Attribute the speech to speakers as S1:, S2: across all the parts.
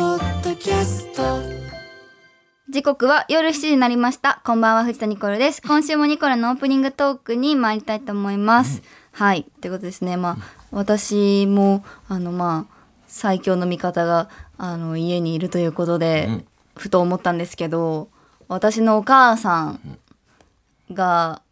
S1: キャスト
S2: 時刻は夜7時になりましたこんばんは藤田ニコルです今週もニコルのオープニングトークに参りたいと思います、はいということですねまあ私もあのまあ最強の味方があの家にいるということで、
S3: うん
S2: ふと思ったんですけど私のお母さんが、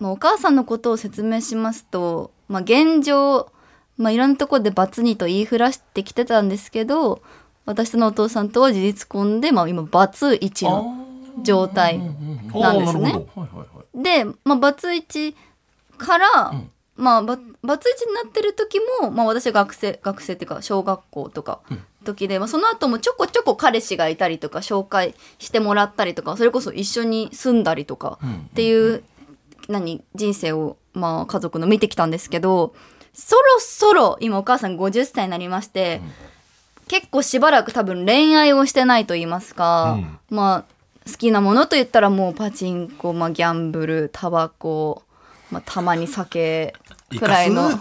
S2: まあ、お母さんのことを説明しますと、まあ、現状、まあ、いろんなところでバツ2と言いふらしてきてたんですけど私とのお父さんとは事実婚で、まあ、今バツ1の状態なんですね
S3: あーなるほどはいはいはい
S2: で、まあ、バツ1から、
S3: ん
S2: まあ、ババツ1になってる時も、まあ、私は学生学生っていうか小学校とか時で、まあ、その後もちょこちょこ彼氏がいたりとか紹介してもらったりとかそれこそ一緒に住んだりとか
S3: んうん
S2: っていう、何人生を、まあ、家族の見てきたんですけどそろそろ今お母さん50歳になりまして、結構しばらく多分恋愛をしてないと言いますか、まあ好きなものと言ったらもうパチンコ、まあ、ギャンブルタバコ、まあ、たまに酒くらいの
S3: いか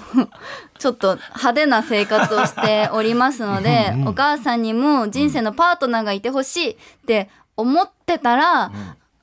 S2: ちょっと派手な生活をしておりますのでお母さんにも人生のパートナーがいてほしいって思ってたら、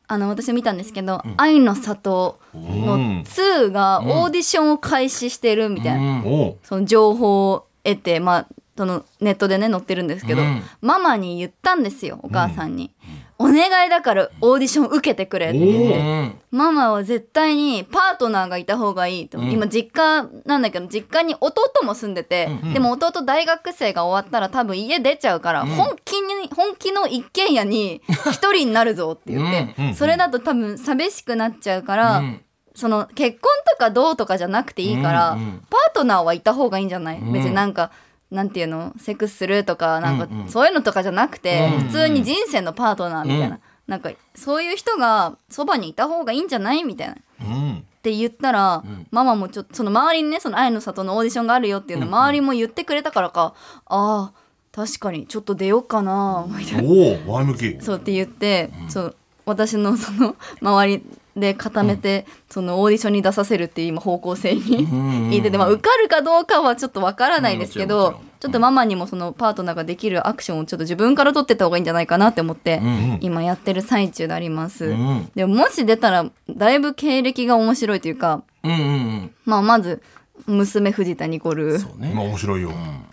S2: あの私見たんですけど「愛の里」の2がオーディションを開始してるみたいな、
S3: うん
S4: お
S2: その情報を得て、まあ、そのネットでね載ってるんですけど、
S3: うん
S2: ママに言ったんですよお母さんに、お願いだからオーディション受けてくれ」って
S4: おー
S3: うん
S2: ママは絶対にパートナーがいた方がいいと、今実家なんだけど実家に弟も住んでて、でも弟大学生が終わったら多分家出ちゃうから、本気に 本気の一軒家に一人になるぞって言って、
S4: うんうん
S2: それだと多分寂しくなっちゃうから、
S3: うん
S2: その結婚とかどうとかじゃなくていいから、
S3: うんうん
S2: パートナーはいた方がいいんじゃない、
S3: ん
S2: 別になんかなんていうのセックスするとかなんか、
S3: うんうん
S2: そういうのとかじゃなくて、
S3: うんうん
S2: 普通に人生のパートナーみたいな、
S3: うん
S2: なんかそういう人がそばにいた方がいいんじゃないみたいな。
S4: うん
S2: って言ったら、
S3: ん
S2: ママもちょっとその周りにねその愛の里のオーディションがあるよっていうの周りも言ってくれたからか、ああ確かにちょっと出ようかなみたいな
S4: おー前向き
S2: そうって言って、そう私のその 周りで固めて、そのオーディションに出させるっていう今方向性に 言ってて、まあ、受かるかどうかはちょっとわからないですけど、
S3: うんもちろんもちろん
S2: ちょっとママにもそのパートナーができるアクションをちょっと自分から取ってった方がいいんじゃないかなって思って、
S4: ん
S2: 今やってる最中であります。
S3: ん
S2: でももし出たらだいぶ経歴が面白いというか、
S3: うんうん
S2: まあ、まず娘藤田ニコル
S3: うん
S4: まあ面白いよ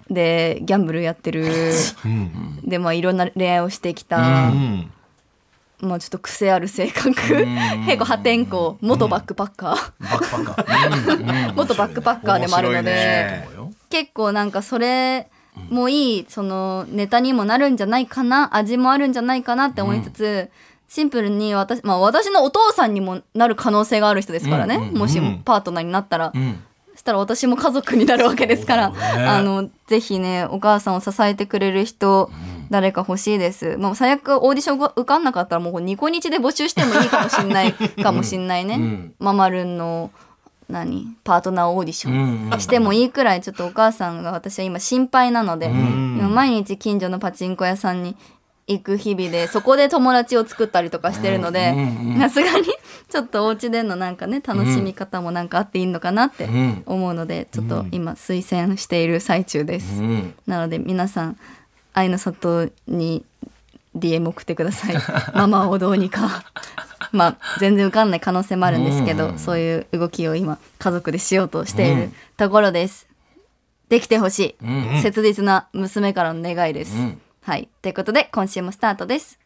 S2: でギャンブルや ってる、
S4: うん
S2: で、まあ、いろんな恋愛をしてきた。
S4: うん
S2: まあちょっと癖ある性格結構破天荒元バックパッカー、
S4: バックパッカーうんうん
S2: 元バックパッカーでもあるので、
S4: 面白いね
S2: 結構なんかそれもいいそのネタにもなるんじゃないかな味もあるんじゃないかなって思いつつ、シンプルに私,、まあ、私のお父さんにもなる可能性がある人ですからね、もしパートナーになったら、
S3: ん
S2: そしたら私も家族になるわけですから、
S4: そうだよね
S2: あのぜひねお母さんを支えてくれる人、誰か欲しいです、まあ、最悪オーディションが受かんなかったらもうニコニチで募集してもいいかもしんないかもしんないね、
S3: ん
S2: ママルンの何パートナーオーディション、
S3: うんうん
S2: してもいいくらいちょっとお母さんが私は今心配なので、今毎日近所のパチンコ屋さんに行く日々でそこで友達を作ったりとかしてるのでさすがにちょっとお家でのなんかね楽しみ方もなんかあっていいのかなって
S3: ん
S2: 思うのでちょっと今推薦している最中です、
S3: うん
S2: なので皆さん愛の里に DM 送ってくださいママをどうにかまあ全然受かんない可能性もあるんですけど、そういう動きを今家族でしようとしているところです、できてほしい、切実な娘からの願いです、
S3: ん
S2: はいということで今週もスタートです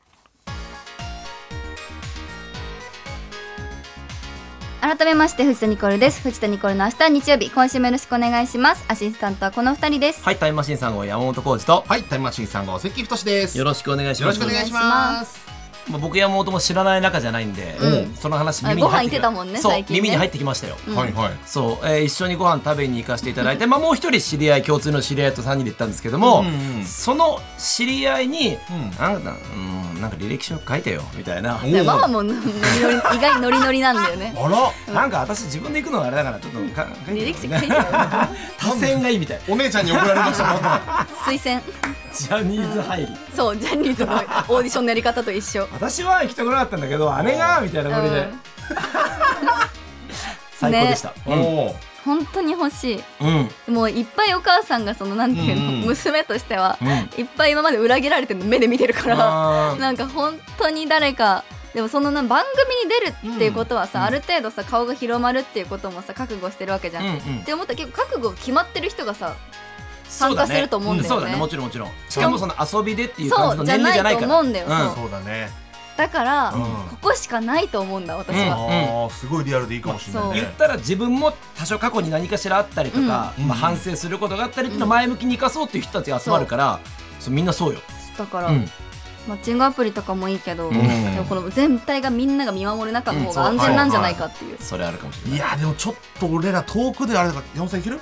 S2: 改めまして藤田ニコルです藤田ニコルの明日日曜日今週もよろしくお願いしますアシスタントはこの二人です
S3: はいタイムマシーンさんを山本浩二と
S4: はいタイムマシーンさんが関太です
S3: よろしくお願いし
S4: よろ
S3: ます
S4: しくお願いし
S2: ま
S4: ます
S3: まあ僕山本も知らない仲じゃないんでその話耳に入き
S2: あご飯行ってたもんね
S3: そう
S2: 最近ね
S3: 耳に入ってきましたよ
S4: はいはい
S3: そう、えー一緒にご飯食べに行かせていただいて、まあ、もう一人知り合い共通の知り合いと3人で行ったんですけども、
S4: うんうん
S3: その知り合いに、
S4: うん
S3: なんかうんなんか履歴書書いてよみたいな。
S2: ねママもノリノリ意外にノリノリなんだよね
S4: あら
S3: なんか私自分で行くのはあれだからちょっとか書
S2: 履
S3: いてよ
S2: 歴書書いてよ推
S3: 多選がいいみたい
S4: お姉ちゃんに怒られましたも
S2: 薦
S3: ジャニーズ入り
S2: そうジャニー ズのオーディションのやり方と一緒
S3: 私は行きたくなかったんだけど姉がみたいなノリで、
S2: うん
S3: 最高でした、
S4: んおー
S2: 本当に欲し
S3: うん
S2: いもういっぱいお母さんがそのなんていうの、
S3: うんうん
S2: 娘としては、
S3: うん
S2: いっぱい今まで裏切られてるの目で見てるから
S3: あ ー
S2: なんか本当に誰かでもそのな番組に出るっていうことはさ、ある程度さ顔が広まるっていうこともさ覚悟してるわけじゃん、
S3: うんう
S2: っ
S3: ん
S2: て思ったら結構覚悟決まってる人がさ
S3: そうだ
S2: 参加
S3: ね
S2: すると思うんだよね
S3: そうだねもちろんもちろんしかもその遊びでっていう感
S2: そ
S3: じの
S2: うじゃ
S3: 年齢じゃ
S2: な
S3: ない
S2: い
S3: か
S2: と
S3: ら
S2: 思うんだよ、
S3: うん
S2: そう
S1: そうだね。
S2: だから、
S1: うん
S2: ここしかないと思うんだ私は、
S1: ああ、すごいリアルでいいかもしれない
S2: そう
S3: 言
S1: ね
S3: っ。たら自分も多少過去に何かしらあったりとか、
S4: うん
S3: まあ、反省することがあったりっていうのを前向きに生かそうっていう人たちが集まるから、そうみんなそうよ、
S2: だから、
S3: うん
S2: マッチングアプリとかもいいけど、
S3: ん
S2: でもこの全体がみんなが見守る中の
S3: うん
S2: 方
S3: そう
S2: が安全なんじゃないかっていう,、
S3: それあるかもしれない
S1: いやでもちょっと俺ら遠くであれだから山本さんいける？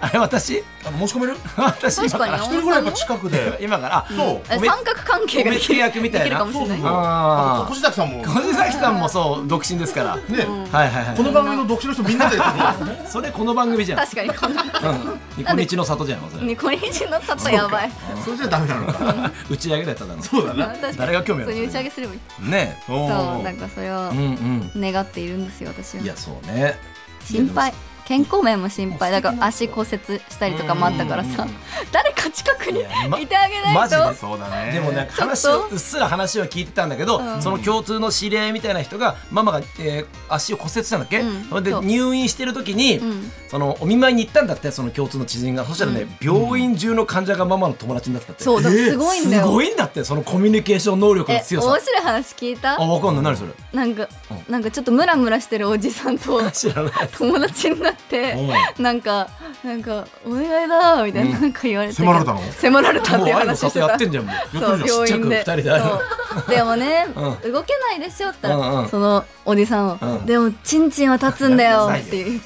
S3: あれ私
S1: あの申し込める？
S3: 私今
S2: 確か
S3: か
S2: に
S3: ら
S1: 一人ぐらいやっぱ近くで。
S3: 今からあ
S1: そう。
S2: え
S3: おめ
S2: 三角関係ができ
S3: お目契
S2: る
S3: 約みたいな
S2: できるかもしれない
S1: そうあ
S3: あ
S1: 越崎さんも
S3: あ小崎さんもそう独身ですからはい
S1: ね、
S3: はいはい
S1: この番組の読者の人みんなで
S3: それこの番組じゃん
S2: 確かにこの
S3: うんニコニチの里じゃんそれ
S2: ニコニチの里やばい
S1: それじゃダメなのか。
S3: 打ち上げだっただの
S1: そうだな。
S2: 確かに
S3: 誰が興味あ
S2: そ
S3: る
S2: う
S3: の
S2: に打ち上げすればいい
S3: ね
S2: そうなんかそれを
S3: えうんうん
S2: 願っているんですよ私はい
S3: やそうね
S2: 心配健康面も心配だから足骨折したりとかもあったからさ誰か近くに
S3: いやま
S2: いてあげな
S3: マ
S2: い
S3: ジ
S2: と
S3: で
S1: そうだね。
S3: でもなんか話
S2: ちょ
S3: を
S2: っ
S3: うっすら話を聞いてたんだけど、
S2: うん
S3: その共通の知り合いみたいな人がママが、えー足を骨折したんだっけ、
S2: うん
S3: それで
S2: そう
S3: 入院してる時に、
S2: うん
S3: そのお見舞いに行ったんだってその共通の知人がそしたらね、病院中の患者がママの友達になってたって
S2: そうだからすごいんだ
S3: す
S2: よ
S3: ごいんだってそのコミュニケーション能力の
S2: え
S3: 強さ
S2: 面白い話聞いた
S3: あわかんない何それ
S2: なんかなんかちょっとムラムラしてるおじさん と
S3: 知らない
S2: 友達になってなんかなんかお願いだみたいななんか言われて
S1: 迫られたの
S2: 迫られたっ
S3: もう
S2: ていう
S3: 愛の
S2: 話して
S3: 里や
S2: た
S3: ってんじゃんもう
S2: そう病院で
S3: ちっちゃく二人で会える
S2: そうでもね、動けないでしょって言ったら、
S3: うんうん
S2: そのおじさんを、
S3: うん
S2: でもチンチンは立つんだよ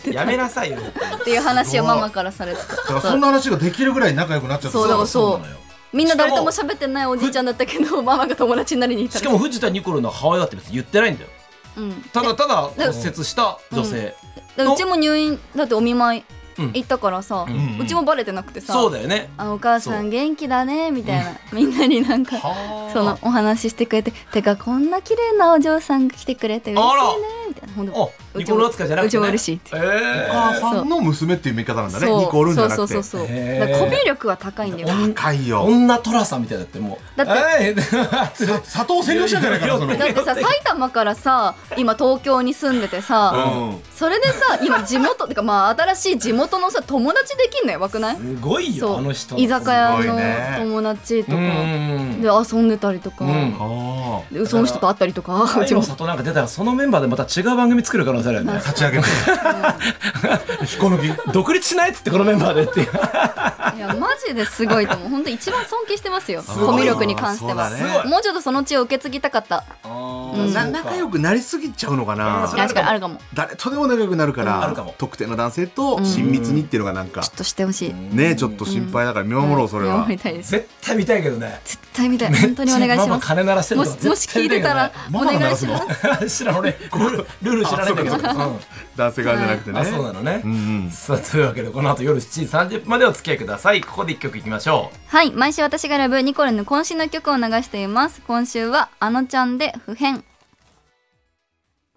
S3: やめなさいよ
S2: って言って
S3: やめなさいよ
S2: っていう話をママからされて
S1: だから
S2: た
S1: そんな話ができるぐらい仲良くなっちゃった。
S2: そうだからそう
S3: なのよ
S2: みんな誰とも喋ってないおじいちゃんだったけどママが友達になりに行った
S3: し
S2: ら
S3: かも藤田ニコルの母親だって別に言ってないんだよ
S2: うん、
S3: ただただ骨折した女性、
S2: でうちも入院だってお見舞い
S3: うん
S2: 行ったからさ、う
S1: うん
S2: ちもバレてなくてさ
S3: そうだよね
S2: あお母さん元気だねみたいなみんなになんかそのお話ししてくれててかこんな綺麗なお嬢さんが来てくれて嬉しいねみたいなほんで
S3: あニコル扱いじゃなくて、ね、
S2: うちも嬉しいって
S3: え
S1: お
S3: ー
S1: 母さんの娘っていう見方なんだね。ニコおるんじゃな
S2: そ
S1: く
S2: う
S1: て。
S2: そうそうそう
S3: へー
S2: だからコミュ力は高いんだよ
S1: 高いよ。
S3: 女トラさんみたいだっても
S2: だ
S3: う
S2: って
S3: えー
S1: さ佐藤専業者じゃないからその。
S2: だってさ埼玉からさ今東京に住んでてさ、
S1: うん
S2: それでさ今地元ってかまあ新しい地元のさ友達できんのやばくない
S3: すごいよ
S2: そ
S3: あの人
S2: う居酒屋
S1: すごいね
S2: の友達と
S3: うんう
S2: か
S3: ん
S2: で遊んでたりとか、
S3: うん
S1: あ
S2: でその人と会ったりとか
S3: うん
S2: うち
S3: 愛の
S2: も
S3: 里なんか出たらそのメンバーでまた違う番組作る可能性あるよね
S1: あ。 立ち上げて。引っこ抜き。
S3: 独立しないっつってこのメンバーでっ ていう
S2: いやマジですごいと思う本当一番尊敬してますよ
S1: ごい
S2: コミュ力に関しては、
S1: そうだ
S3: ねすごい
S2: もうちょっとその血を受け継ぎたかった
S3: うん
S1: な仲良
S3: く
S1: くなりすぎちゃうのかな
S3: それあ
S2: 確か
S3: るか
S2: に
S3: も
S2: あるかも
S1: 誰とでも仲良くなるか
S3: うんあ
S1: ら
S3: るかも
S1: 特定の男性と親密にっていうのがなんか
S2: ちょっとしてほしい
S1: ねちょっと心配だから見守ろうそれ
S2: 見
S1: は
S2: 守りたいです
S3: 絶対見たいけどね
S2: 絶対見たい本当にお願いし
S3: ママ
S2: ます
S3: 金鳴らしてる
S2: も
S3: の
S2: しもし聞いてたらお
S1: ママが鳴
S2: 願い
S1: ら
S2: し
S1: すの
S2: ます。
S3: 知らん俺ルールルール知らないんだけど
S1: あそうか
S3: うん
S1: 男性側じゃなくてね
S3: あそうなのね、
S1: うんうん
S3: さあというわけでこの後夜7時30分までお付き合いくださいここで一曲いきましょ
S2: はい、毎週私が選ぶニコルの渾身の曲を流しています。今週はあのちゃんで不変。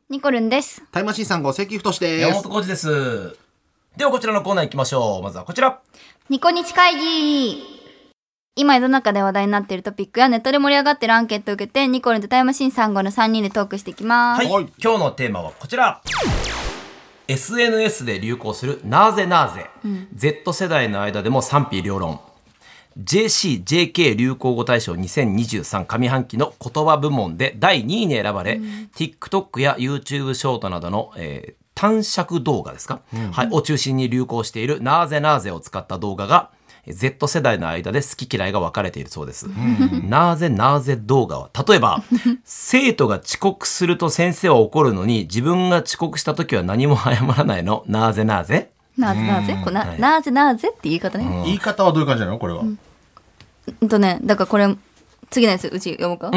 S2: ニコルンです。
S4: タイムマシーンさんご関太
S3: う
S4: で
S3: 山
S4: す
S3: 本浩二ですではこちらのコーナーいきましょうまずはこちら
S2: ニコニチ会議今世の中で話題になっているトピックやネットで盛り上がっているアンケートを受けてニコルンとタイムマシーン3号の3人でトークしていきます。
S3: はい、今日のテーマはこちら SNS で流行するなぜなぜ、Z 世代の間でも賛否両論 JCJK 流行語大賞2023上半期の言葉部門で第2位に選ばれ、TikTok や YouTube ショートなどの、えー短尺動画ですか、はい、を中心に流行しているなぜなぜを使った動画が Z 世代の間で好き嫌いが分かれているそうです。なぜなぜ動画は例えば生徒が遅刻すると先生は怒るのに自分が遅刻した時は何も謝らないのなぜなぜ
S2: なぜなぜこうな,、
S3: はい
S2: なぜなぜって言い方ね。
S1: 言い方はどういう感じなのこれは
S2: うんとね、だからこれ次のやつうち読もうか。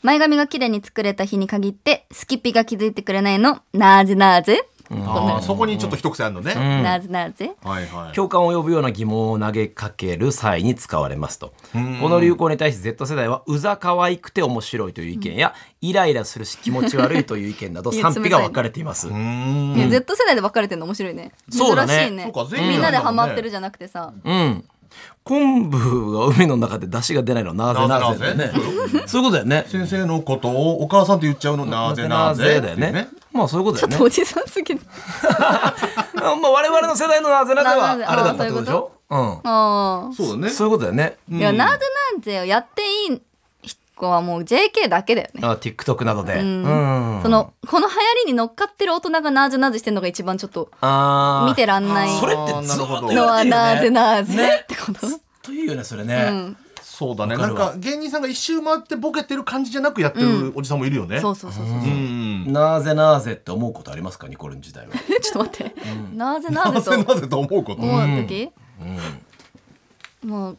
S2: 前髪が綺麗に作れた日に限ってスキッピが気づいてくれないのなぜなぜ
S1: ああそこにちょっと一癖あるのね、
S2: なぜなぜ
S1: はいはい
S3: 共感を呼ぶような疑問を投げかける際に使われますと。この流行に対して Z 世代は、うざ可愛くて面白いという意見や、イライラするし気持ち悪いという意見など
S2: いや
S3: 賛否が分かれています。
S2: いや Z 世代で分かれてるの面白いね
S3: そうだね
S2: 珍しいね
S1: そうか全員
S2: みんなでハマっ
S1: な
S2: てる
S1: んだもんね
S2: じゃなくてさ
S3: うん。昆布が海の中で出汁が出ないのはなぜなぜだよね
S1: なぜなぜ。
S3: そういうことだよね。
S1: 先生のことをお母さんって言っちゃうのなぜなぜ
S3: だよ
S1: っていう
S3: ね。まあそういうことだよね。
S2: おじさんすぎる
S3: まあ我々の世代のなぜなぜはあれだったってことでしょうん。
S2: あ
S1: そうだね
S3: そういうことだよね。
S2: いやなぜなんぜをやっていい子はもう JK だけだよね
S3: あ TikTok などで。うん。
S2: そのこの流行りに乗っかってる大人がなぜなぜしてんのが一番ちょっと
S3: あー
S2: 見てらんない
S3: それってずっと言
S2: の
S3: わ
S2: は
S3: れてるよね
S2: なぜなぜ
S3: ね
S2: ってこと
S3: ずっと言うよねそれ
S2: う
S3: ね。
S2: ん
S1: そうだね
S3: わか
S1: な
S3: る
S1: ん
S3: わ
S1: か芸人さんが一周回ってボケてる感じじゃなくやってるおじさんもいるよね、
S2: そうそうそうそう
S1: うん
S3: なぜなぜって思うことありますかニコルン時代 は。
S2: えちょっと待ってなぜなぜ
S1: なぜ
S2: と
S1: なぜと思うこと、
S2: 思う時もう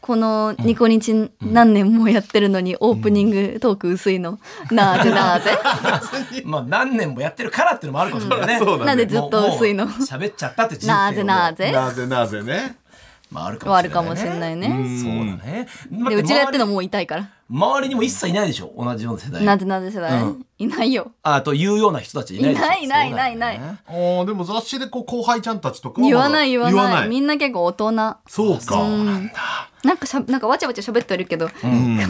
S2: このニコニチ何年もやってるのにオープニングトーク薄いのなぜな ぜ
S3: まあ何年もやってるからっていうのもあるかもしれないね。
S1: そうだねなん
S2: でずっと薄いの
S3: もうもう喋っちゃったって人生
S2: なぜなぜ
S1: なぜなぜね
S3: まああるかもしれないね。
S2: はあるかもしれないね。
S3: そうだね。
S2: でうちがやってるの
S3: も
S2: もう痛いから
S3: 周りにも一切いないでしょ同じような世代。
S2: なぜなぜ世代
S3: うん
S2: いないよ
S3: あというような人たちいないでしょ
S2: いないいないいないいない
S3: そうだよね
S1: あーでも雑誌でこう後輩ちゃんたちとかは
S2: 言わない言わ
S1: 言わ
S2: な
S1: ないい
S2: みんな結構大人な
S1: そうか、
S2: んかしゃなんかわちゃわちゃ喋ってはいるけど「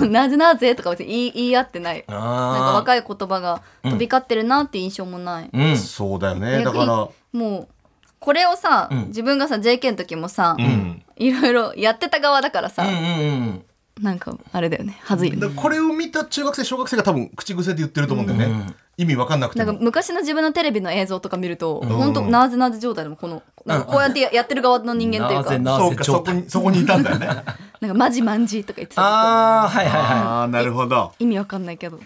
S2: なぜなぜ」とか別に言い言い合ってないなんか
S3: あ
S2: 若い言葉が飛び交ってるなって印象もない
S3: ーうん
S1: そうだよねだ
S2: 逆
S1: か
S2: に
S1: ら
S2: もうこれをさ、自分がさ JK の時もさ、いろいろやってた側だからさ、
S3: うんうんうん。
S2: なんかあれだよねはずいよね
S1: だからこれを見た中学生小学生が多分口癖で言ってると思うんだよね、意味わかんなくて
S2: なんか
S1: も
S2: 昔の自分のテレビの映像とか見ると、ほんとなぜなぜ状態でもこのなんかこうやってややってる側の人間というか
S3: なぜな
S1: そう
S3: ぜ
S1: か
S3: 状
S1: そこ
S3: 態。
S1: にそこにいたんだよね
S2: なんかマジマンジとか言ってた
S3: ああはいはいはい。
S1: ああなるほど
S2: 意味わかんないけど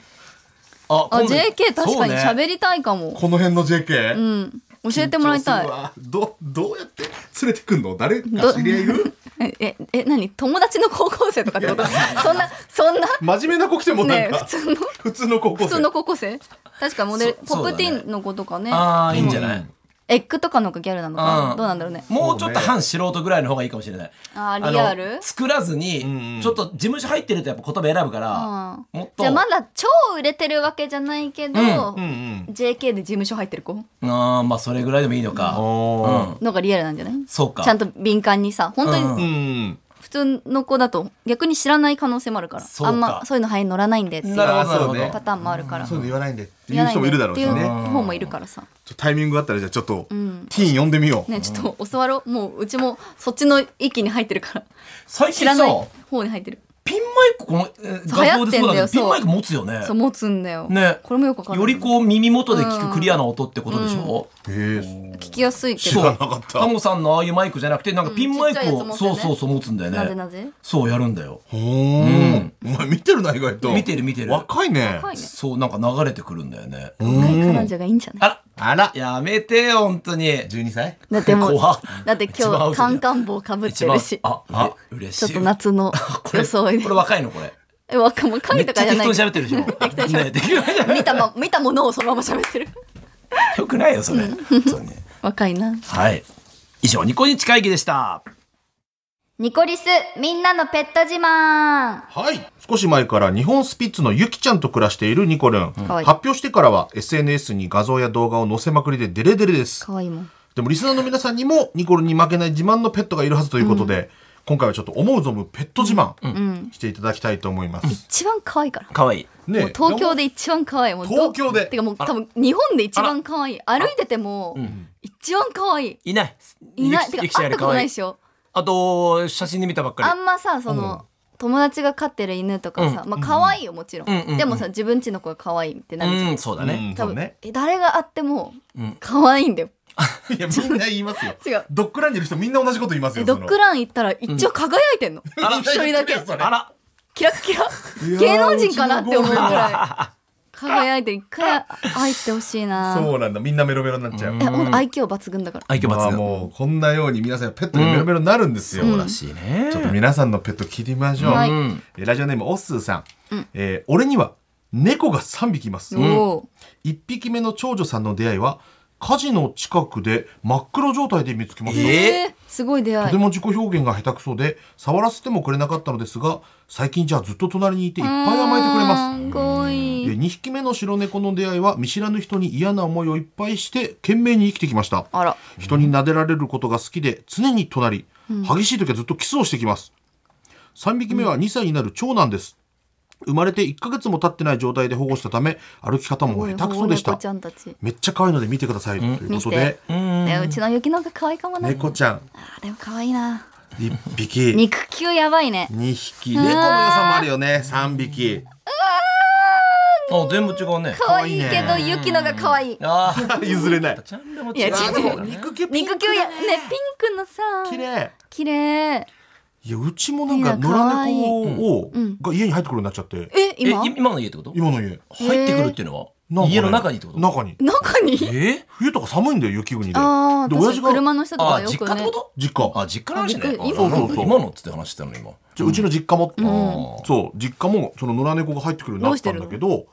S3: あ
S2: あ JK 確かに
S3: べ
S2: 喋りたいかも
S1: この辺の JK、
S2: う,、ん教えてもらいたい
S1: どどうやって連れてくんの誰か知り合いいる
S2: えええ何友達の高校生とかってことそんなそんな
S1: 真面目な子来てもなん
S2: ね
S1: か、
S2: 普通の
S1: 普通の高校
S2: 普
S1: 生
S2: 通の高校生確かモデル
S3: そ
S2: ポ
S3: そう
S2: ッ
S3: だ
S2: プ
S3: ね
S2: ティーンの子とかね
S3: ああいいんじゃない、
S2: エッグとかの方がギャルなのか
S3: う
S2: なんどうなんだろうね
S3: もうちょっと半素人ぐらいの方がいいかもしれない。
S2: あー
S3: の
S2: リアル
S3: 作らずに、ちょっと事務所入ってるとやっぱ言葉選ぶから、
S2: うん
S3: もっと。
S2: じゃあまだ超売れてるわけじゃないけど、JK で事務所入ってる子
S3: あーまあそれぐらいでもいいのか。うん。
S2: のがリアルなんじゃない
S3: そうか。
S2: ちゃんと敏感にさ本当
S3: う
S2: に
S3: ん
S1: うん
S2: 普通の子だと逆に知らない可能性もあるから
S3: そう
S2: あ
S3: か
S2: んまそういうのはい乗らないんでっていう
S3: なるほどなる
S1: そ
S3: ほ
S1: う
S3: ど
S1: ね。
S2: パターンもあるから
S1: そういうの言わないんでって
S2: 言
S1: いう
S2: わない
S1: 人
S2: んで
S1: もいるだろうし
S2: ってい
S1: ね
S2: う方もいるからさ
S1: ちょっとタイミングがあったらじゃあちょっと、ティーン呼んでみよう、
S2: ねちょっと教わろうもううちもそっちの域に入ってる から
S3: 最
S2: 知
S3: 近
S2: ら
S3: さ
S2: な、い方に入ってる
S3: ピンマイクこの、えー
S2: そう
S3: 画像でそ
S2: 流行ってん
S3: うだけど、
S2: だよそう
S3: ピンマイク持つよね。
S2: そう持つんだよ
S3: ね
S2: これもよくわかんない
S3: よりこう耳元で聞くクリアな音ってことでしょ、
S1: えー
S2: 聞きやすいけ
S1: 知
S2: ど
S1: らなかった
S3: タモさんのああいうマイクじゃなくて、なんかピンマイク
S2: うんちっちゃいやつ
S3: を、
S2: 持って
S3: そ
S2: ね
S3: うそうそう持つんだよね。
S2: なぜなぜ
S3: そうやるんだよ。
S1: ほーんお前見てるな意外と
S3: 見てる見てる
S1: 若いね
S2: 怖いね
S3: そう、なんか流れてくるんだよね。
S2: 若い彼女がいいんじゃない
S3: あら
S1: あら
S3: やめてよ、本当に。
S1: 12歳
S2: だってもう
S3: 怖っ
S2: だって
S3: 一番ア
S2: 今
S3: ウ
S2: 日
S3: トじゃ
S2: カ
S3: ん
S2: ンカン帽かぶっ
S3: 一
S2: てる
S3: 番
S2: し
S3: あ、あ、嬉
S2: ちょ
S3: し
S2: っ
S3: い。
S2: と夏の装いで
S3: これ若いのこれ。
S2: え若もか
S3: め
S2: い
S3: っち
S2: と
S3: ゃ
S2: かじゃ
S3: 適
S2: な
S3: 当
S2: い
S3: に喋って るでしょ。ね、適当に喋ってる
S2: 見た,、ま、見たものをそのまま喋ってる
S3: よくないよそれ。そうね。
S2: 若いな
S3: はい。以上ニコニチ会議でした。
S2: ニコリスみんなのペット自慢
S1: はい少し前から日本スピッツのゆきちゃんと暮らしているニコルン、
S2: わいい
S1: 発表してからは SNS に画像や動画を載せまくりでデレデレです
S2: 可愛いもん
S1: でもリスナーの皆さんにもニコルンに負けない自慢のペットがいるはずということで、今回はちょっと思う存分ペット自慢していただきたいと思います、
S2: 一番可愛いから
S3: 可愛い。
S1: ね
S2: もう東京で一番可愛いもうど
S1: 東京で
S2: てかもう多分日本で一番可愛い歩いてても一番可愛い
S3: いない。
S2: いないてか
S3: ゆき
S2: 会
S3: ゆ
S2: っ
S3: きちゃん
S2: た
S3: より
S2: こと
S3: 可
S2: な
S3: 愛
S2: い
S3: い
S2: で。しょ
S3: あと写真で見たばっかり。
S2: あんまさその、友達が飼ってる犬とかさ、まあ可愛いよもちろん,、
S3: うんうんうん
S2: でもさ自分ちの子が可愛いってなるじゃん、
S3: うん、そうだね。
S2: 多分、
S1: ね
S2: え誰が会っても可愛いんだよ、
S1: いやみんな言いますよ
S2: 違う
S1: ドッグランにいる人みんな同じこと言います
S2: え
S1: よ
S2: ドッグ
S1: ラ
S2: ラン行ったら一応輝いてんの、
S1: ン
S2: 一人 だけ
S1: それ
S3: あら、
S2: キラッキラ
S1: やー
S2: 芸能人かなって思うぐらい輝いて一回会ってほしいな
S1: そうなんだみんなメロメロになっちゃう、
S2: えほんと愛嬌抜群だから
S3: 愛嬌
S1: まあ
S3: 抜群。
S1: もうこんなように皆さんペットがメロメロになるんですよ、
S3: らしいね
S1: ちょっと皆さんのペット聞いてみましょう、
S2: はい
S1: えーラジオネームおっすーさん、えー俺には猫が3匹います、
S2: おー
S1: 1匹目の長女さんの出会いは火事の近くで真っ黒状態で見つけました、
S3: え
S2: えー、すごい出
S1: と
S2: 会
S1: て
S2: い。
S1: も自己表現が下手くそで触らせてもくれなかったのですが最近じゃあずっと隣にいていっぱい甘えてくれます
S2: すごい。
S1: 2匹目の白猫の出会いは見知らぬ人に嫌な思いをいっぱいして懸命に生きてきました
S2: あら。
S1: 人に撫でられることが好きで常に隣、激しい時はずっとキスをしてきます3匹目は2歳になる長男です生まれて1ヶ月も経ってない状態で保護したため歩き方も下手くそでし
S2: 保護猫
S1: た
S2: ちゃんたち。
S1: めっちゃ可愛いので見てください、という
S2: 見
S1: こ
S2: し
S1: と
S2: て
S1: で。
S2: ねうちの雪の方が可愛いかもな。
S1: 猫ちゃん
S2: あーでも可愛いな。
S1: 1匹
S2: 肉球やばいね。
S1: 2匹猫の良さもあるよね3匹
S3: あ全部違うね
S2: 可愛いけど雪のが可愛い。
S3: あー
S1: 譲れない
S3: ジャンルも
S2: いや
S3: 違う
S2: 違う
S3: ね
S1: 肉球
S2: 肉球やねピンクのさ。
S1: 綺麗
S2: 綺麗。
S1: いやうちもなんか
S2: いい
S1: 野
S2: な
S1: 良猫を
S2: 可愛いうん
S1: が家に入ってくるようになっちゃって
S2: え
S3: え
S2: 今？
S3: 今の家ってこと
S1: 今の家
S3: 入ってくるっていうのは、
S1: なんかね
S3: 家の中にってこと
S1: 中に
S2: 中に？
S3: え
S1: 冬とか寒いんだよ雪国で
S2: ああ
S1: で
S2: 確か
S1: 親父
S2: に
S1: が
S2: 車の人と
S3: あ
S2: かよ
S3: 実
S2: く
S3: 家っ
S2: ね
S3: て。こと
S1: 実家
S3: あ実家の話
S2: あ
S3: ね
S2: びっくり
S3: あ
S1: 今そ
S3: なん
S1: う
S3: か
S1: そうそう
S3: 今のっつって話してたの今
S1: じゃあうちの実家も、
S3: ん
S1: そう実家もその野良猫が入ってくるようになったんだけど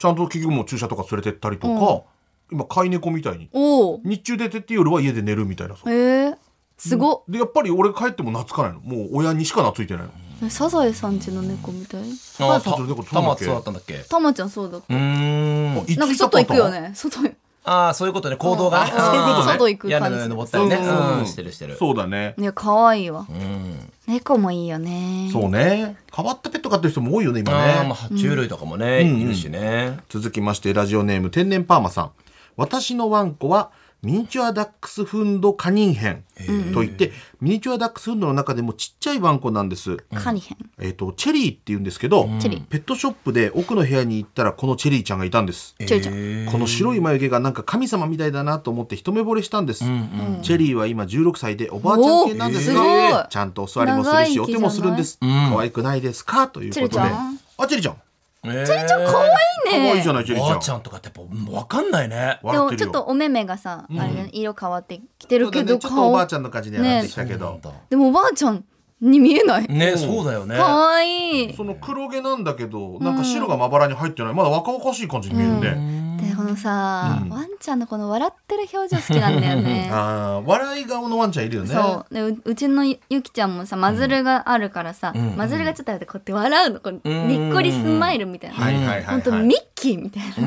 S1: ちゃんと結局もう駐車とか連れてったりとか、今飼い猫みたいに
S2: おお。
S1: 日中出てって夜は家で寝るみたいなさ
S2: えー、すご
S1: でやっぱり俺帰っても懐かないのもう親にしか懐いてないの
S2: っ。サザエさんちの猫みたい。
S1: あ
S3: あ
S1: そうそうそう
S3: たたまつだったんだっけう
S2: たまちゃんそうだった。
S3: ーん
S1: いつ
S2: なんか外行くよね。外。い
S3: ああそういうことね行動がね
S2: うんそういうことね外行く感じ
S3: 屋根の上登ったりね
S1: そうそうそう
S3: うんしてるしてる
S1: そうだね
S2: や可愛いわ。
S3: うん
S2: 猫もいいよね。
S1: そうね変わったペット飼ってる人も多いよね今
S3: あー
S1: ね
S3: まあ爬虫類とかもねいるしね
S1: 続きましてラジオネーム天然パーマさん私のワンコはミニチュアダックスフンドカニン編といってミニチュアダックスフンドの中でもちっちゃいワンコなんです、
S2: カニへん。
S1: えっとチェリーって言うんですけど、
S2: チェリー
S1: ペットショップで奥の部屋に行ったらこのチェリーちゃんがいたんです、
S2: ちょいちょい
S1: この白い眉毛がなんか神様みたいだなと思って一目惚れしたんです、チェリーは今16歳でおばあちゃん系なんです
S2: おーすご
S1: が
S2: い
S1: ちゃんとお座りもするし
S2: 長生
S1: お
S2: き
S1: 手もするんです可愛くないですかということで
S2: チェリちゃん
S1: あチェリーちゃん
S3: チェリちゃん
S1: 可愛いじゃないチェリー
S3: おばあ
S1: ち
S3: ち
S1: ゃん
S3: ゃんとかってやっぱわかんないね
S2: で
S1: 笑っ
S2: も
S1: て
S2: ち
S1: る
S2: ょっ
S1: よ
S2: とお目目がさ、あれね色変わってきてるけ
S1: そうだ
S2: ど
S1: ねちょっとおばあ
S2: 顔
S1: ちゃんの感じにはなってきたけど、
S2: でもおばあちゃんに見えない
S3: ねそうだよね
S2: 可愛いで
S1: その黒毛なんだけどなんか白がまばらに入ってないまだ若々しい感じに見えるね、
S2: このさ、ワンちゃんのこの笑ってる表情好きなんだよね
S1: あー笑い顔のワンちゃんいるよね
S2: そうでううちのゆゆきちゃんもさマズルがあるからさ、マズルがちょっとあってこうやって笑うのこう
S3: うん
S2: にっこりスマイルみたいな、
S1: はいはいはい、はい、
S2: ほんとミッキーみたいな
S3: う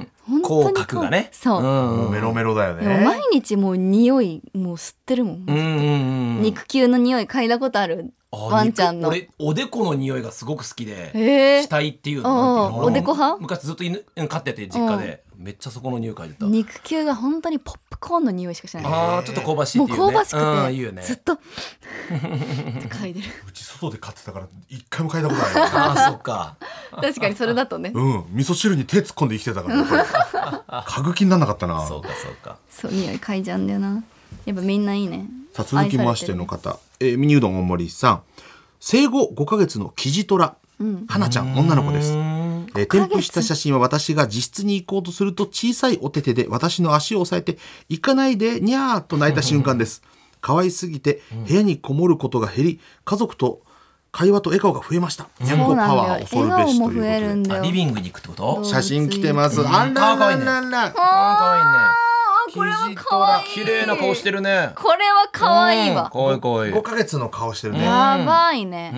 S3: ん
S2: 本当に可
S3: 口
S2: 愛い
S3: 角がね
S2: そう
S1: もうメロメロだよ
S2: でも毎
S1: ね
S2: 日もう匂いもう吸ってるもん、
S3: うんうんうんうん
S2: 肉球の匂い嗅いだことある
S3: あ
S2: ワンちゃんの
S3: 肉俺おでこの匂いがすごく好きで、
S2: え
S3: 死体っていう
S2: うん
S3: のなんていうの
S2: おでこ派
S3: 昔ずっと犬うん飼ってて実家でめっちゃそこの匂い嗅いでた
S2: 肉球が本当にポップコーンの匂いしかしない
S3: あーちょっと香ばしい
S2: も
S3: っ
S2: う
S3: ていうね
S2: 香ばしく
S3: うん
S2: て、
S3: いいよね
S2: ずっと嗅いでる
S1: うち外で飼ってたから一回も嗅いだことないよ
S3: あーそっか
S2: 確かにそれだとね
S1: うん味噌汁に手突っ込んで生きてたから 歌舞伎になんなかったな
S3: そうかそうか
S2: そう匂い嗅いじゃうんだよなやっぱみんないいね
S1: さあ続きましての方、えーミニうどん大森さん生後5ヶ月のキジトラ、花ちゃん女の子です、えー添付した写真は私が自室に行こうとすると小さいお手手で私の足を押さえて「行かないでにゃー」と泣いた瞬間です可愛すぎて部屋にこもることが減り家族と会話と笑顔が増えました。
S2: 愛
S1: 猫
S2: されてるそう
S1: パワ
S2: な
S1: ー
S2: んだよ笑顔
S1: 恐るべし
S2: も
S1: ということ
S2: 増えるん
S1: で。
S2: だ
S3: あ
S2: よ
S3: リビングに行くってこと
S2: そう
S1: 写真来てます。
S2: うん
S1: あららら
S3: 可
S1: らら。
S3: あ
S2: あーこれは可愛い
S3: ー綺麗な顔してるね
S2: これは可愛いわ
S3: 可愛い可愛い
S1: 5ヶ月の顔してるね。
S2: やばいね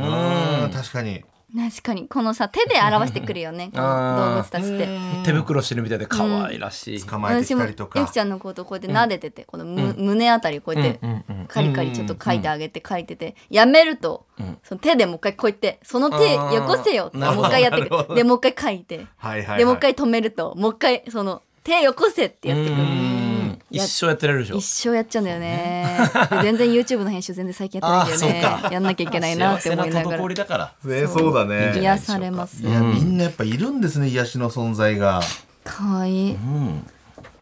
S1: うん、確かに。
S2: 確かにこのさ手で表してくるよねこの動物たちって
S3: 手袋してるみたいで可愛らしい
S1: 捕まえて
S2: 私
S1: き
S2: も
S1: た
S2: ゆ
S1: りとか。
S2: きちゃんのことをこうやって撫でてて、このむ、胸あたりこうやってカリカリちょっと書いてあげて書いててやめると、その手でもう一回こうやってその手
S3: あー
S2: よこせよって
S3: なる
S2: も
S3: ほ
S2: う
S3: ど
S2: 一回やって
S3: なるほ
S2: くでもう一回書いて、
S1: はいはいはい
S2: でもう一回止めるともう一回その手よこせってやってくる
S3: うん一生やってられるでしょ
S2: 一生やっちゃうんだよねで全然 YouTube の編集全然最近やってないんだ
S3: あー
S2: よ
S3: そ
S2: ね
S3: うか
S2: やんなきゃいけないなって思いな
S3: 幸せ
S2: が
S3: 滞
S2: ら
S3: りだから
S1: ね、そうだ
S3: いい
S1: ね。
S2: 癒されます
S1: いや、みんなやっぱいるんですね、癒しの存在が。
S2: かわいい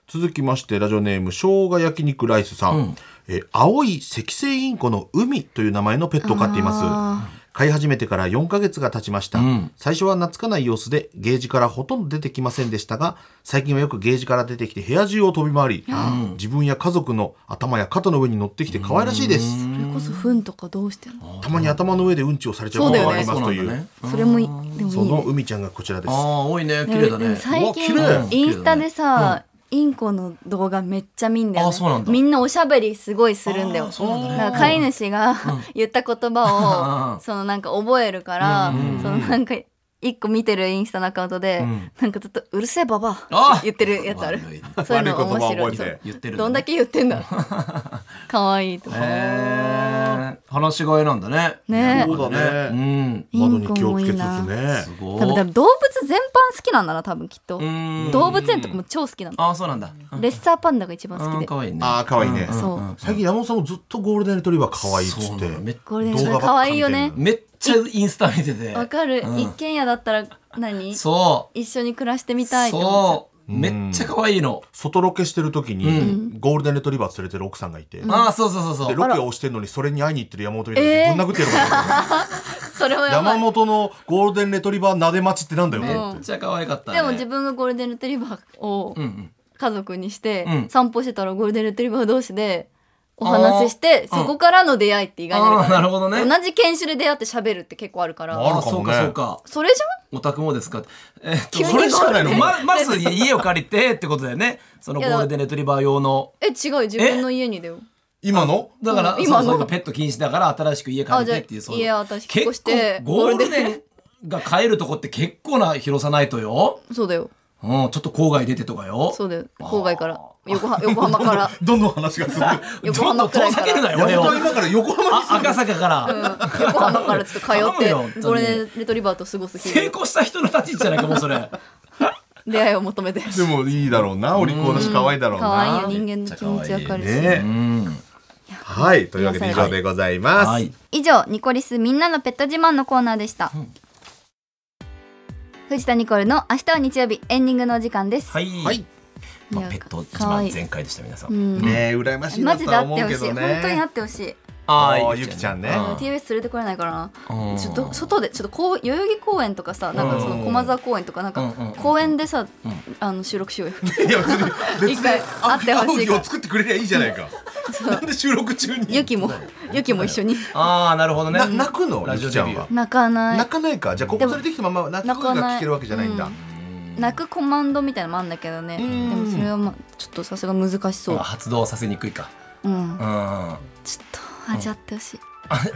S1: 続きまして、ラジオネーム、生姜焼肉ライスさん。えー青い赤星インコの海という名前のペットを飼っています。飼い始めてから4ヶ月が経ちました、最初は懐かない様子でゲージからほとんど出てきませんでしたが最近はよくゲージから出てきて部屋中を飛び回り、自分や家族の頭や肩の上に乗ってきて可愛らしいです、
S2: それこそ糞とかどうしてんの
S1: たまに頭の上でうんちをされちゃうことがありますという
S3: そうだよね
S2: それもいいでもいい
S1: そ
S2: ね
S1: の海ちゃんがこちらです
S3: ああ多いね綺麗だ
S2: でも
S3: ね
S2: 最近
S1: うわ綺麗
S2: インスタでさ、インコの動画めっちゃ見んだよ、ね、
S3: あそうなんだ
S2: みんなおしゃべりすごいするんだよ
S3: そうなんだね
S2: だから飼い主が 言った言葉
S3: うん
S2: をそのなんか覚えるから、そのなんか一個見てるインスタのアカウントで、なんかずっと「うるせえババア」
S3: あ
S2: って言ってるやつある
S3: 悪いね
S2: そういうの
S1: 悪い言葉
S2: 面
S1: を
S2: 白
S1: 覚
S2: い
S1: えて
S3: 言ってる
S2: どんだけ言って んだ可愛いとか、
S3: へえ話し声なんだね
S2: ねえ
S1: そうだ
S3: う
S1: ね。
S3: ん
S2: イ
S1: 窓
S2: ン
S1: に
S2: コ
S1: 気を
S2: も
S1: つ
S2: い
S1: け
S2: い
S1: つつ
S2: な
S1: ね
S3: す。ごい
S2: 多分多分動物全般好きなんだな多分きっと
S3: うん
S2: 動物園とかも超好きなの
S3: ああそうなんだ
S2: レッサーパンダが一番好き
S3: うん
S2: で
S3: 可愛いね
S1: ああ、可愛いね。
S2: そう
S1: 最近山本さんもずっとゴールデンレトリバー可愛いっつ
S3: そう
S1: っ
S3: なのめ
S1: て。
S2: ゴールデンレトリバー
S1: 動画ばっ
S2: 可
S1: か
S2: 愛いよね
S3: めっちゃインスタ見てて
S2: わかる、
S3: うん
S2: 一軒家だったら何
S3: そ
S2: 一緒に暮らしてみ
S3: う
S2: たいって思っ
S3: そうめっちゃ可愛いの
S1: 外ロケしてる時に、ゴールデンレトリバー連れてる奥さんがいて。で、
S3: ああそうそうそうそう
S1: ロケをしてるのに、それに会いに行ってる山本見た時ぶん殴ってや るもん
S2: ちゃうそれはやば
S1: 山
S2: い
S1: 本のゴールデンレトリバー撫で待ちってなんだよ
S2: う
S1: っ
S2: ん
S1: て。
S3: めっちゃ可愛かったね
S2: でも自分がゴールデンレトリバーを
S3: うんうん
S2: 家族にして
S3: うん
S2: 散歩してたらゴールデンレトリバー同士でお話しして
S3: あー
S2: そこからの出会いって意外に
S3: ああ
S2: あ
S3: な
S2: る
S3: るほど
S2: から、
S3: ね
S2: 同じ犬種で出会って喋るって結構あるか
S1: あ
S2: ら
S1: る
S3: あ
S1: か
S3: そ
S1: もね
S3: うかそうか
S2: それじゃん
S3: お宅もですかえっと
S2: 急に
S3: それしかないの
S2: ゴールデ
S3: ままず家を借りてってことだよねそのゴールデンレトリバー用の
S2: え違う自分の家にだよ
S1: 今の
S3: だから、
S2: 今の
S3: そうそう今ペット禁止だから新しく家借りてっていう
S2: あじゃあ
S3: そ
S2: 家
S3: う
S2: 私引っ越して
S3: 結構ゴールデンが買えるとこって結構な広さないとよ、
S2: そうだよ
S3: うん、ちょっと郊外出てとかよ
S2: そうだよ
S3: あー
S2: 郊外から横浜横浜 から
S1: どんどん話がすごい。
S3: ど
S2: 横
S3: ん
S2: 浜
S3: どん
S2: く
S3: 遠
S2: らい
S3: ざ
S2: か
S3: けるな
S2: ら
S3: よ俺
S1: 山
S3: を
S1: 本今から横浜に
S3: あ赤坂から、
S2: 横浜からちょっと通って
S3: 頼むよ
S2: ゴールデンレトリバーと過ごす日
S3: 成
S2: 々
S3: 功した人の立ち位置じゃないかもうそれ
S2: 出会いを求めて
S1: でもいいだろうな。お利口だし可愛いだろう
S2: 可
S1: な。
S2: 愛いよ人間の気持ちわかるし、
S1: ね
S3: うん
S1: はい。というわけで以上でございます。
S3: はい
S2: 以上ニコリスみんなのペット自慢のコーナーでした、藤田ニコルの明日は日曜日エンディングのお時間です、
S3: はい、
S1: はい
S3: ま
S2: いや
S3: あ、ペット一
S2: かわい
S3: 番
S2: い
S3: 全開でした皆さん、
S2: うん
S1: ねえ羨ましい
S2: マ
S1: な
S2: ジ
S1: と
S2: であ
S1: は
S2: っ
S1: 思
S2: て
S1: う
S2: ほ
S1: け
S2: しい
S1: ど
S2: 本
S1: ね。
S2: 当にあってほしい
S3: あ
S1: あ
S3: ー
S1: ーゆきちゃんね
S3: うん
S2: TBS 連れてこれないから
S3: う
S2: なんちょっと外でちょっとこう代々木公園とかさなんかその
S3: うん
S2: 駒沢公園とかなん
S3: うんうんう
S2: か
S3: ん
S2: 公園でさあの収録しようよ
S1: いや別に別に
S2: 一回会ってほしい
S1: 会う日を作ってくれりゃいいじゃないか。なんで収録中に。
S2: ユキ もユキも一緒に
S3: あーなるほどね
S1: な泣くの
S3: ラ
S1: ラ
S3: ジ
S1: ジ
S3: オ
S1: オ
S3: デ
S1: ちゃん
S3: ビュ
S1: は
S3: ー。
S2: 泣かない
S1: 泣かないか。じゃあここ連れてきたまま泣く声が聞けるわけじゃないんだ。
S2: 泣くコマンドみたいなのもあんだけどねでもそれはまあちょっとさすが難しそう
S3: まあ発動させにくいか
S2: うん
S3: うん
S2: ちょっと味わってほしい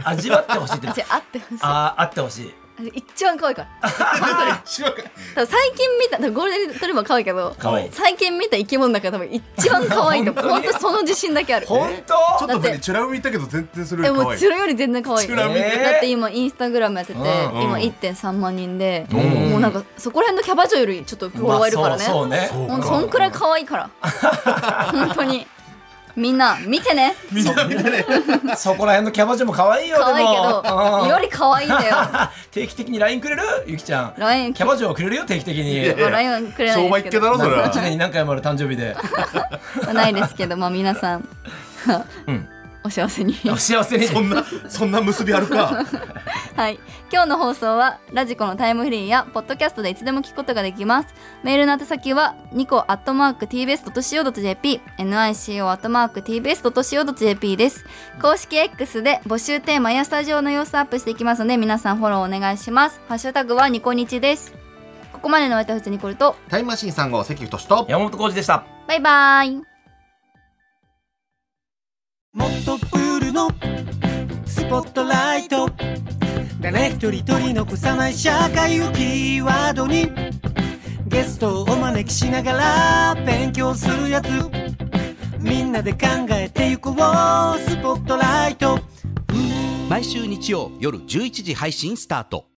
S3: 味わってほしいって
S2: 味わってほしい
S3: あーあってほしい
S2: あれ一番可愛い から
S1: 知らんか
S2: 多分最近見た多分ゴールデンレトリバー可愛いけど
S3: 可愛い
S2: 最近見た生き物の中で多分一番可愛いと思う
S3: 本
S2: 本当
S3: 当に
S2: にその自信だけある
S3: 本当
S1: ちょっ
S2: だ
S1: と
S2: って
S1: 待ってチュラウミ行ったけど全然それ
S2: え
S1: より可
S2: もう
S1: 愛い
S2: チ。ュロより全然可愛い
S1: チュラ見て
S3: えー
S2: だって今インスタグラムやってて、
S3: うん
S1: うん
S2: 今1.3万人で、
S1: ん
S2: もうなんかそこら辺のキャバ嬢よりちょっとフォロワーいるからね,、
S3: まあそうそうね
S1: そう
S2: も
S1: か
S2: うそんくらい可愛いから本当にみんな見てね
S1: みんなみんなね。
S3: そこら辺のキャバ嬢も可愛いよでも
S2: 可愛いけどよ
S3: り
S2: り可愛いんだよ
S3: 定期的に LINE くれるゆきちゃん
S2: LINE
S3: キャバ嬢くれるよ定期的に
S1: やい
S2: ま
S1: や
S2: あ LINE はくれな
S1: 相
S2: い
S1: 場
S2: です
S1: 行っ
S2: け
S1: けだ
S2: ど
S1: ろそれ
S3: 1年
S1: は。
S3: に何回もある誕生日で
S2: まあないですけどまあ皆さん、
S3: ん
S2: お幸せに
S3: お 幸せに
S1: そんなそんな結びあるか。
S2: はい、今日の放送はラジコのタイムフリーやポッドキャストでいつでも聞くことができますメールの宛先はニコアットマーク TBS.CO.JP NICO アットマーク TBS.CO.JP です公式 X で募集テーマやスタジオの様子アップしていきますので皆さんフォローお願いしますハッシュタグはニコニチですここまでのお相手は藤ニコルと
S1: タイムマシーン3号関太と。
S3: 山本浩二でした
S2: バイバイ
S5: もっとプールのスポットライト誰一人取り残さない社会をキーワードにゲストをお招きしながら勉強するやつみんなで考えてゆこうスポットライト
S6: 毎週日曜夜11時配信スタート